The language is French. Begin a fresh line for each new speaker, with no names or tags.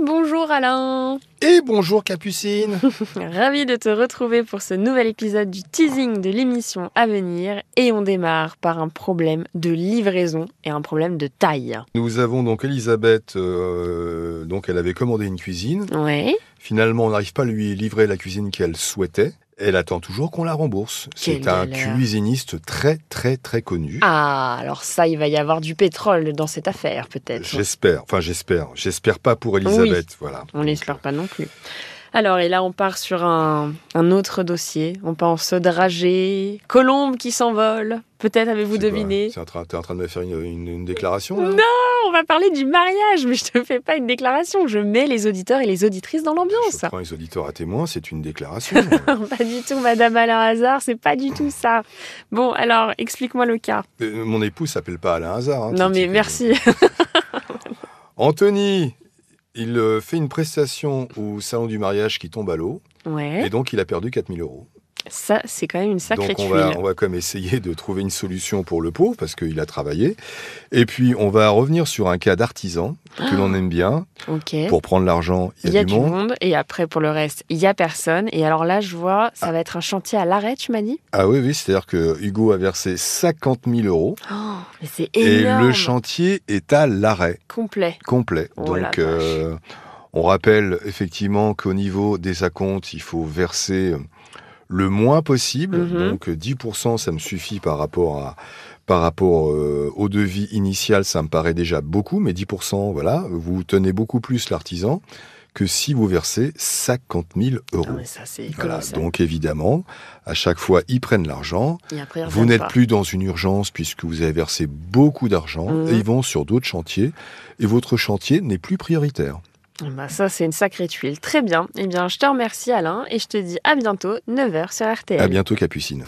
bonjour Alain
Et bonjour Capucine
Ravi de te retrouver pour ce nouvel épisode du teasing de l'émission à venir et on démarre par un problème de livraison et un problème de taille.
Nous avons donc Elisabeth, euh, donc elle avait commandé une cuisine.
Ouais.
Finalement, on n'arrive pas à lui livrer la cuisine qu'elle souhaitait. Elle attend toujours qu'on la rembourse.
Quelle
C'est un
galère.
cuisiniste très très très connu.
Ah, alors ça, il va y avoir du pétrole dans cette affaire peut-être.
Euh, J'espère, enfin j'espère, j'espère pas pour Elisabeth, voilà.
On
Donc, euh,
l'espère pas non plus. Alors, et là, on part sur un, un autre dossier. On pense dragée, colombe qui s'envole. Peut-être avez-vous
c'est quoi,
deviné.
c'est en train- T'es en train de me faire une, une- une déclaration là
Non, on va parler du mariage, mais je te fais pas une déclaration. Je mets les auditeurs et les auditrices dans
Je
l'ambiance.
prends les auditeurs à témoin, c'est une déclaration.
pas du tout, Madame Alain Hazard, c'est pas du tout ça. Bon, alors, explique-moi le cas.
Euh, Mon époux s'appelle pas Alain Hazard. hein,
non,
tu-
mais
tu-
merci.
Anthony, il euh, fait une prestation au salon du mariage qui tombe à l'eau
Ouais,
et donc il a perdu 4000 euros.
ça, c'est quand même une sacrée
Donc on
tuile.
va, on va comme essayer de trouver une solution pour le pauvre parce qu'il a travaillé. Et puis on va revenir sur un cas d'artisan que l'on aime bien.
Ok.
Pour prendre l'argent, il
Il y a du monde, et après, pour le reste, il y a personne. Et alors là, je vois, ça va être un chantier à l'arrêt, tu m'as dit
Ah oui, oui, c'est-à-dire que Hugo a versé 50 000 euros
Oh, mais c'est
et
énorme
le chantier est à l'arrêt.
complet.
complet.
Oh la
Donc, euh, on rappelle effectivement qu'au niveau des acomptes, il faut verser le moins possible.
Mhm.
Donc, 10%, ça me suffit par rapport à. Par rapport euh, au devis initial, ça me paraît déjà beaucoup, mais 10%, voilà, vous tenez beaucoup plus l'artisan que si vous versez 50 000 euros.
Non, mais ça, Ah c'est
Voilà,
colossal.
donc évidemment, à chaque fois, ils prennent l'argent.
Et après, ils
Vous
reviennent
n'êtes
pas.
plus dans une urgence puisque vous avez versé beaucoup d'argent
Mhm.
et ils vont sur d'autres chantiers et votre chantier n'est plus prioritaire.
Ah bah ça, c'est une sacrée tuile. Très bien. Eh bien, je te remercie, Alain, et je te dis à bientôt, 9h sur RTL.
À bientôt Capucine.